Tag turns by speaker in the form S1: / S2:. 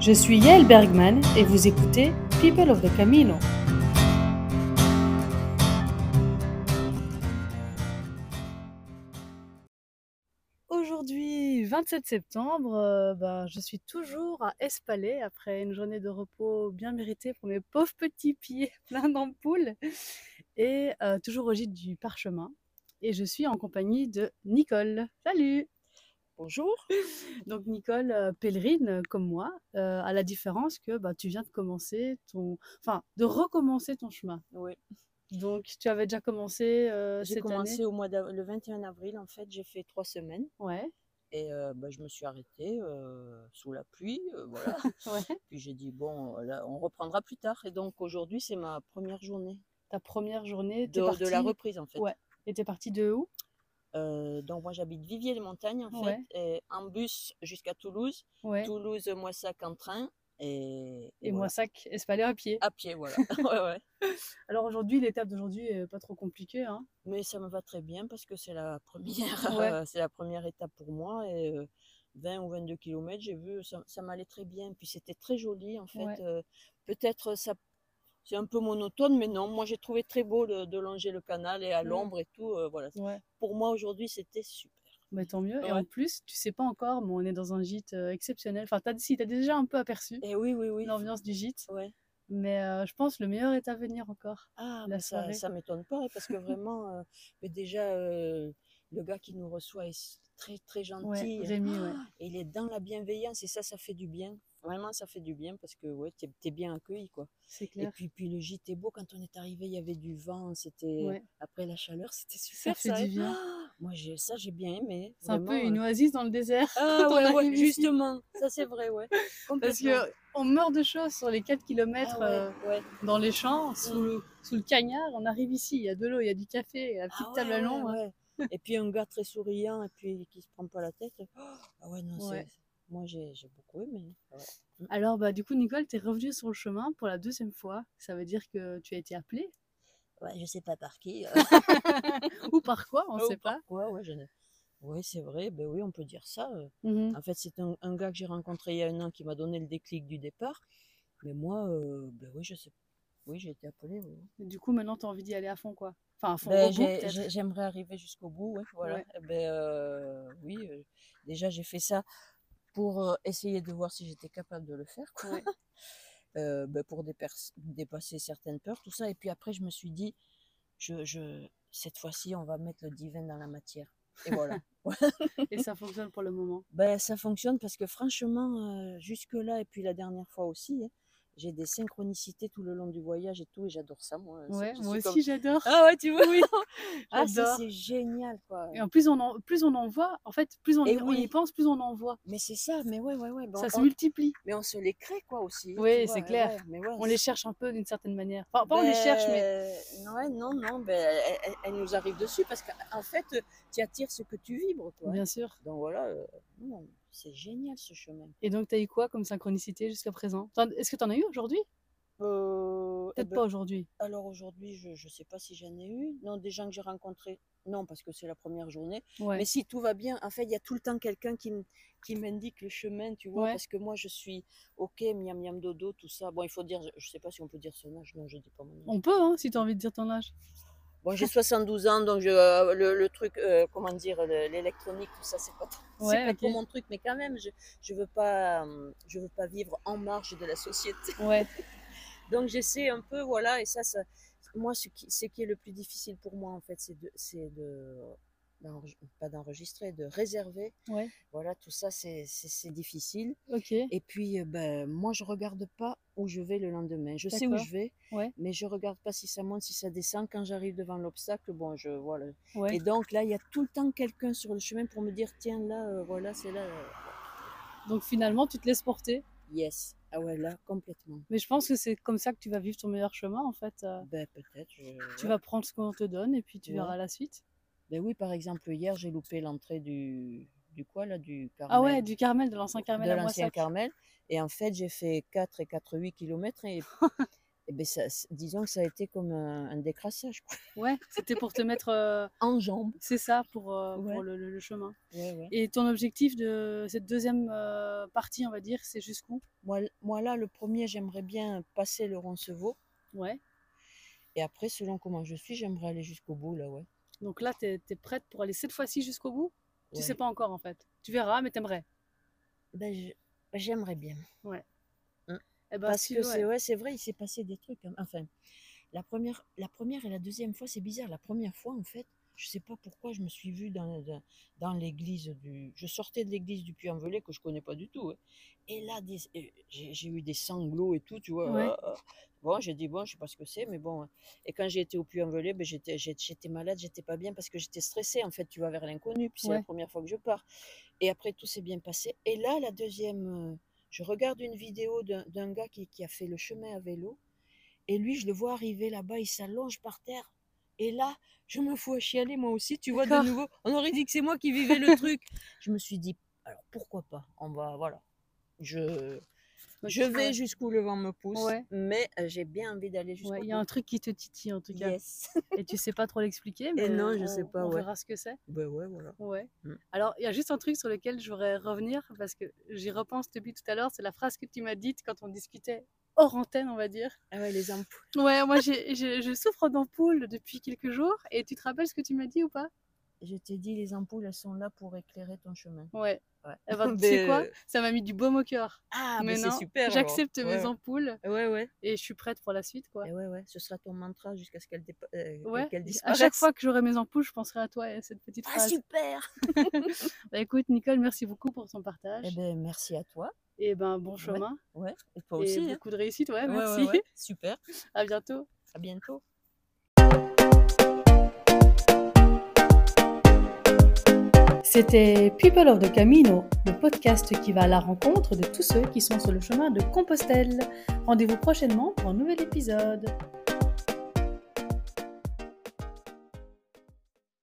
S1: Je suis Yael Bergman et vous écoutez People of the Camino. Aujourd'hui, 27 septembre, euh, ben, je suis toujours à Espalais après une journée de repos bien méritée pour mes pauvres petits pieds pleins d'ampoules et euh, toujours au gîte du parchemin. Et je suis en compagnie de Nicole. Salut!
S2: Bonjour.
S1: Donc Nicole, euh, pèlerine euh, comme moi, euh, à la différence que bah, tu viens de commencer ton, enfin de recommencer ton chemin.
S2: Oui.
S1: Donc tu avais déjà commencé euh,
S2: J'ai
S1: cette
S2: commencé
S1: année.
S2: au mois d'av- le 21 avril, en fait, j'ai fait trois semaines
S1: Ouais,
S2: et euh, bah, je me suis arrêtée euh, sous la pluie, euh, voilà.
S1: ouais.
S2: Puis j'ai dit bon, euh, là, on reprendra plus tard. Et donc aujourd'hui, c'est ma première journée
S1: Ta première journée, t'es
S2: de,
S1: partie.
S2: de la reprise, en fait.
S1: Ouais. Et t'es partie de où
S2: Euh, donc moi, j'habite Viviers-les-Montagnes, en
S1: Ouais.
S2: fait, et en bus jusqu'à Toulouse,
S1: Ouais.
S2: Toulouse, Moissac en train et,
S1: Et
S2: voilà. Ah.
S1: moi sac espalé à pied.
S2: à pied, voilà. Ouais, ouais.
S1: Alors aujourd'hui, l'étape d'aujourd'hui est pas trop compliquée. Hein.
S2: Mais ça me va très bien parce que c'est la première,
S1: Ouais.
S2: euh, c'est la première étape pour moi. Et euh, 20 ou 22 kilomètres, j'ai vu, ça, ça m'allait très bien. Puis c'était très joli en fait.
S1: Ouais.
S2: euh, Peut-être ça, c'est un peu monotone, mais non, moi j'ai trouvé très beau de, de longer le canal et à
S1: Mm.
S2: l'ombre et tout. euh, voilà.
S1: Ouais.
S2: Pour moi aujourd'hui, c'était super.
S1: Mais tant mieux. Et en
S2: Ouais.
S1: plus, tu sais pas encore, mais on est dans un gîte euh, exceptionnel. Enfin, t'as si t'as déjà un peu aperçu
S2: Et oui, oui, oui.
S1: l'ambiance du gîte,
S2: Ouais.
S1: mais euh, je pense le meilleur est à venir encore.
S2: Ah,
S1: La
S2: mais ça,
S1: soirée.
S2: ça m'étonne pas hein, parce que vraiment, euh, mais déjà euh, le gars qui nous reçoit est s- très très gentil.
S1: Ouais, Rémi, ouais.
S2: Et il est dans la bienveillance et ça, ça fait du bien. Vraiment, ça fait du bien parce que ouais, t'es es bien accueilli quoi.
S1: c'est
S2: Et
S1: clair.
S2: puis, puis le gîte est beau. Quand on est arrivé, il y avait du vent. C'était
S1: Ouais.
S2: après la chaleur, c'était super.
S1: fait du
S2: hein.
S1: bien.
S2: Ah, moi, j'ai ça, j'ai bien aimé.
S1: C'est un peu
S2: vraiment,
S1: une
S2: euh.
S1: oasis dans le désert.
S2: Ah
S1: quand on
S2: ouais, ouais,
S1: arrive ici.
S2: justement. Ça c'est vrai, ouais.
S1: Parce
S2: Complètement.
S1: que on meurt de choses sur les 4
S2: Ah
S1: km
S2: ouais, ouais.
S1: dans les champs, sous le, sous le cagnard. On arrive ici, il y a de l'eau, il y a du café, il y a la petite
S2: Ah
S1: table
S2: ouais,
S1: à
S2: ouais,
S1: l'ombre.
S2: ouais. Et puis un gars très souriant et puis qui se prend pas la tête. Oh, ah ouais, non,
S1: Ouais.
S2: c'est- moi j'ai j'ai beaucoup aimé. Ah Ouais.
S1: Alors, bah, du coup, Nicole, tu es revenue sur le chemin pour la deuxième fois. Ça veut dire que tu as été appelée.
S2: Ouais, je sais pas par qui. euh,
S1: Ou par quoi, on ne
S2: ou
S1: sait pas.
S2: pourquoi, ouais, je ne- ouais, c'est vrai, ben oui, on peut dire ça. euh.
S1: Mhm.
S2: En fait, c'est un, un gars que j'ai rencontré il y a un an qui m'a donné le déclic du départ. Mais moi, euh, ben oui, je sais. Oui, j'ai été appelée. oui.
S1: Et Du coup, maintenant, tu as envie d'y aller à fond, quoi. Enfin, à fond,
S2: Ben,
S1: au bout,
S2: j'ai-
S1: peut-être.
S2: j'ai- J'aimerais arriver jusqu'au bout, ouais, voilà.
S1: Ouais.
S2: Eh Ben, euh, oui, euh, déjà j'ai fait ça pour euh, essayer de voir si j'étais capable de le faire, quoi.
S1: Ouais.
S2: Euh, ben, pour dépers- dépasser certaines peurs, tout ça. Et puis après, je me suis dit, je, je, cette fois-ci, on va mettre le divin dans la matière. Et voilà.
S1: Et ça fonctionne pour le moment.
S2: Ben, ça fonctionne parce que franchement, euh, jusque-là, et puis la dernière fois aussi, hein, j'ai des synchronicités tout le long du voyage et tout, et j'adore ça, moi. c'est-
S1: Ouais,
S2: je
S1: moi
S2: suis
S1: aussi,
S2: comme-
S1: j'adore.
S2: Ah ouais, tu vois
S1: Oui,
S2: Ah, ça,
S1: j'adore.
S2: c'est génial, quoi.
S1: Et en plus, on en, plus on en voit, en fait, plus on,
S2: Eh
S1: y- on y
S2: oui.
S1: pense, plus on en voit.
S2: Mais c'est ça, mais ouais, ouais, ouais. ben,
S1: Ça se
S2: on-
S1: multiplie.
S2: Mais on se les crée, quoi, aussi. tu
S1: Oui,
S2: vois,
S1: c'est
S2: eh
S1: clair.
S2: ouais, mais ouais,
S1: On les
S2: c'est-
S1: cherche un peu d'une certaine manière. Enfin, pas on les cherche, mais
S2: Ben, ouais, non, non, ben, elle, elle- elle nous arrive dessus parce qu'en fait, tu attires ce que tu vibres, quoi.
S1: bien sûr.
S2: Donc voilà, euh, non, c'est génial ce chemin.
S1: Et donc, tu as eu quoi comme synchronicité jusqu'à présent T'en- Est-ce que tu en as eu aujourd'hui
S2: Euh, eh
S1: Peut-être
S2: ben,
S1: pas aujourd'hui.
S2: Alors aujourd'hui, je ne sais pas si j'en ai eu. Non, des gens que j'ai rencontrés. Non, parce que c'est la première journée.
S1: Ouais.
S2: Mais si tout va bien, en fait, il y a tout le temps quelqu'un qui, m- qui m'indique le chemin, tu vois.
S1: Ouais.
S2: Parce que moi, je suis OK, miam miam dodo, tout ça. Bon, il faut dire, je ne sais pas si on peut dire son âge. Non, je dis pas mon âge.
S1: On peut, hein, si tu as envie de dire ton âge.
S2: Bon, j'ai 72 ans, donc je, euh, le, le truc, euh, comment dire, le- l'électronique, tout ça, c'est pas, c'est
S1: Ouais,
S2: pas
S1: ok.
S2: trop mon truc. Mais quand même, je je veux pas, euh, je veux pas vivre en marge de la société.
S1: Ouais,
S2: Donc j'essaie un peu, voilà, et ça, ça moi, ce qui, ce qui est le plus difficile pour moi, en fait, c'est de, c'est de d'enre- pas d'enregistrer, de réserver.
S1: ouais.
S2: Voilà, tout ça, c'est, c'est, c'est difficile.
S1: Ok.
S2: Et puis, euh, ben, moi, je regarde pas où je vais le lendemain. Je sais où
S1: D'accord.
S2: je vais,
S1: Ouais.
S2: mais je regarde pas si ça monte, si ça descend. Quand j'arrive devant l'obstacle, bon, je voilà.
S1: Ouais.
S2: Et donc là, il y a tout le temps quelqu'un sur le chemin pour me dire, tiens, là, euh, voilà, c'est là. euh,
S1: Donc, finalement, tu te laisses porter.
S2: yes. Ah ouais, là, complètement.
S1: Mais je pense que c'est comme ça que tu vas vivre ton meilleur chemin, en fait. euh,
S2: Ben, peut-être. je-
S1: Tu
S2: ouais.
S1: vas prendre ce qu'on te donne et puis tu
S2: Ouais.
S1: verras la suite.
S2: Ben oui, par exemple, hier, j'ai loupé l'entrée du, du quoi, là, du Carmel.
S1: Ah ouais, du Carmel, de l'ancien Carmel
S2: de
S1: à
S2: l'ancien
S1: Moissac.
S2: Carmel. Et en fait, j'ai fait 4 et 4, 8 kilomètres. Et, Eh ben, ça, c- disons que ça a été comme un, un décrassage, quoi.
S1: Ouais, c'était pour te mettre, euh,
S2: En jambes.
S1: c'est ça, pour, euh,
S2: Ouais.
S1: pour le, le- le chemin.
S2: Ouais, ouais.
S1: Et ton objectif de cette deuxième euh, partie, on va dire, c'est jusqu'où
S2: Moi, l- moi, là, le premier, j'aimerais bien passer le Roncevaux.
S1: Ouais.
S2: Et après, selon comment je suis, j'aimerais aller jusqu'au bout, là, ouais.
S1: Donc là, t'es es prête pour aller cette fois-ci jusqu'au bout Tu sais
S2: Ouais.
S1: pas encore, en fait. Tu verras, mais t'aimerais.
S2: Ben, je- j'aimerais bien.
S1: Eh ben,
S2: Parce
S1: si-
S2: que
S1: ouais.
S2: c'est ouais, c'est vrai, il s'est passé des trucs. hein. Enfin, la première, la première et la deuxième fois, c'est bizarre. La première fois, en fait, je sais pas pourquoi je me suis vue dans, dans, dans l'église du. Je sortais de l'église du Puy-en-Velay que je connais pas du tout. hein. Et là, des- et j'ai j'ai eu des sanglots et tout, tu vois.
S1: Ouais.
S2: ah, ah. Bon, j'ai dit, bon, je sais pas ce que c'est, mais bon. hein. Et quand j'ai été au Puy-en-Velay, ben, j'étais j'ai- j'étais malade, j'étais pas bien parce que j'étais stressée. En fait, tu vas vers l'inconnu, puis c'est
S1: Ouais.
S2: la première fois que je pars. Et après, tout s'est bien passé. Et là, la deuxième. euh, je regarde une vidéo d'un d'un gars qui, qui a fait le chemin à vélo. Et lui, je le vois arriver là-bas, il s'allonge par terre. Et là, je me fous à chialer moi aussi, tu vois, de
S1: D'accord.
S2: nouveau. On aurait dit que c'est moi qui vivais le truc. Je me suis dit, alors pourquoi pas On va, voilà. Je,
S1: Donc,
S2: je vais
S1: ouais.
S2: jusqu'où le vent me pousse,
S1: Ouais.
S2: mais euh, j'ai bien envie d'aller jusqu'au
S1: Ouais, Il
S2: bout.
S1: y a un truc hein. qui te titille, en tout cas.
S2: Yes.
S1: Et tu sais pas trop l'expliquer, mais
S2: non,
S1: euh,
S2: je sais
S1: on-
S2: pas,
S1: on
S2: ouais.
S1: verra ce que c'est.
S2: ben ouais, voilà.
S1: Ouais.
S2: Mm.
S1: Alors, il y a juste un truc sur lequel je voudrais revenir parce que j'y repense depuis tout à l'heure. C'est la phrase que tu m'as dite quand on discutait hors antenne, on va dire.
S2: Ah ouais, les ampoules.
S1: Ouais, moi, j'ai- j'ai- je souffre d'ampoule depuis quelques jours. Et tu te rappelles ce que tu m'as dit ou pas
S2: Je t'ai dit, les ampoules, elles sont là pour éclairer ton chemin.
S1: Ouais.
S2: Ouais.
S1: Eh ben, tu sais quoi
S2: Ben,
S1: Ça m'a mis du baume au cœur.
S2: Ah, mais c'est
S1: Maintenant,
S2: super. alors.
S1: J'accepte
S2: Ouais,
S1: mes ampoules
S2: Ouais, ouais.
S1: et je suis prête pour la suite, quoi.
S2: Et ouais, ouais, ce sera ton mantra jusqu'à ce qu'elle dépa- euh,
S1: Ouais.
S2: Eh qu'elle
S1: À
S2: disparaisse.
S1: chaque fois que j'aurai mes ampoules, je penserai à toi et à cette petite
S2: Ah,
S1: phrase.
S2: super
S1: Bah, écoute, Nicole, merci beaucoup pour ton partage.
S2: Eh ben, merci à toi.
S1: Et ben, bon
S2: Ouais.
S1: chemin.
S2: Ouais, et toi
S1: et
S2: aussi. hein.
S1: beaucoup de réussite, ouais,
S2: Ouais, ouais,
S1: merci.
S2: ouais. Super.
S1: À bientôt.
S2: À bientôt.
S1: C'était People of the Camino, le podcast qui va à la rencontre de tous ceux qui sont sur le chemin de Compostelle. Rendez-vous prochainement pour un nouvel épisode.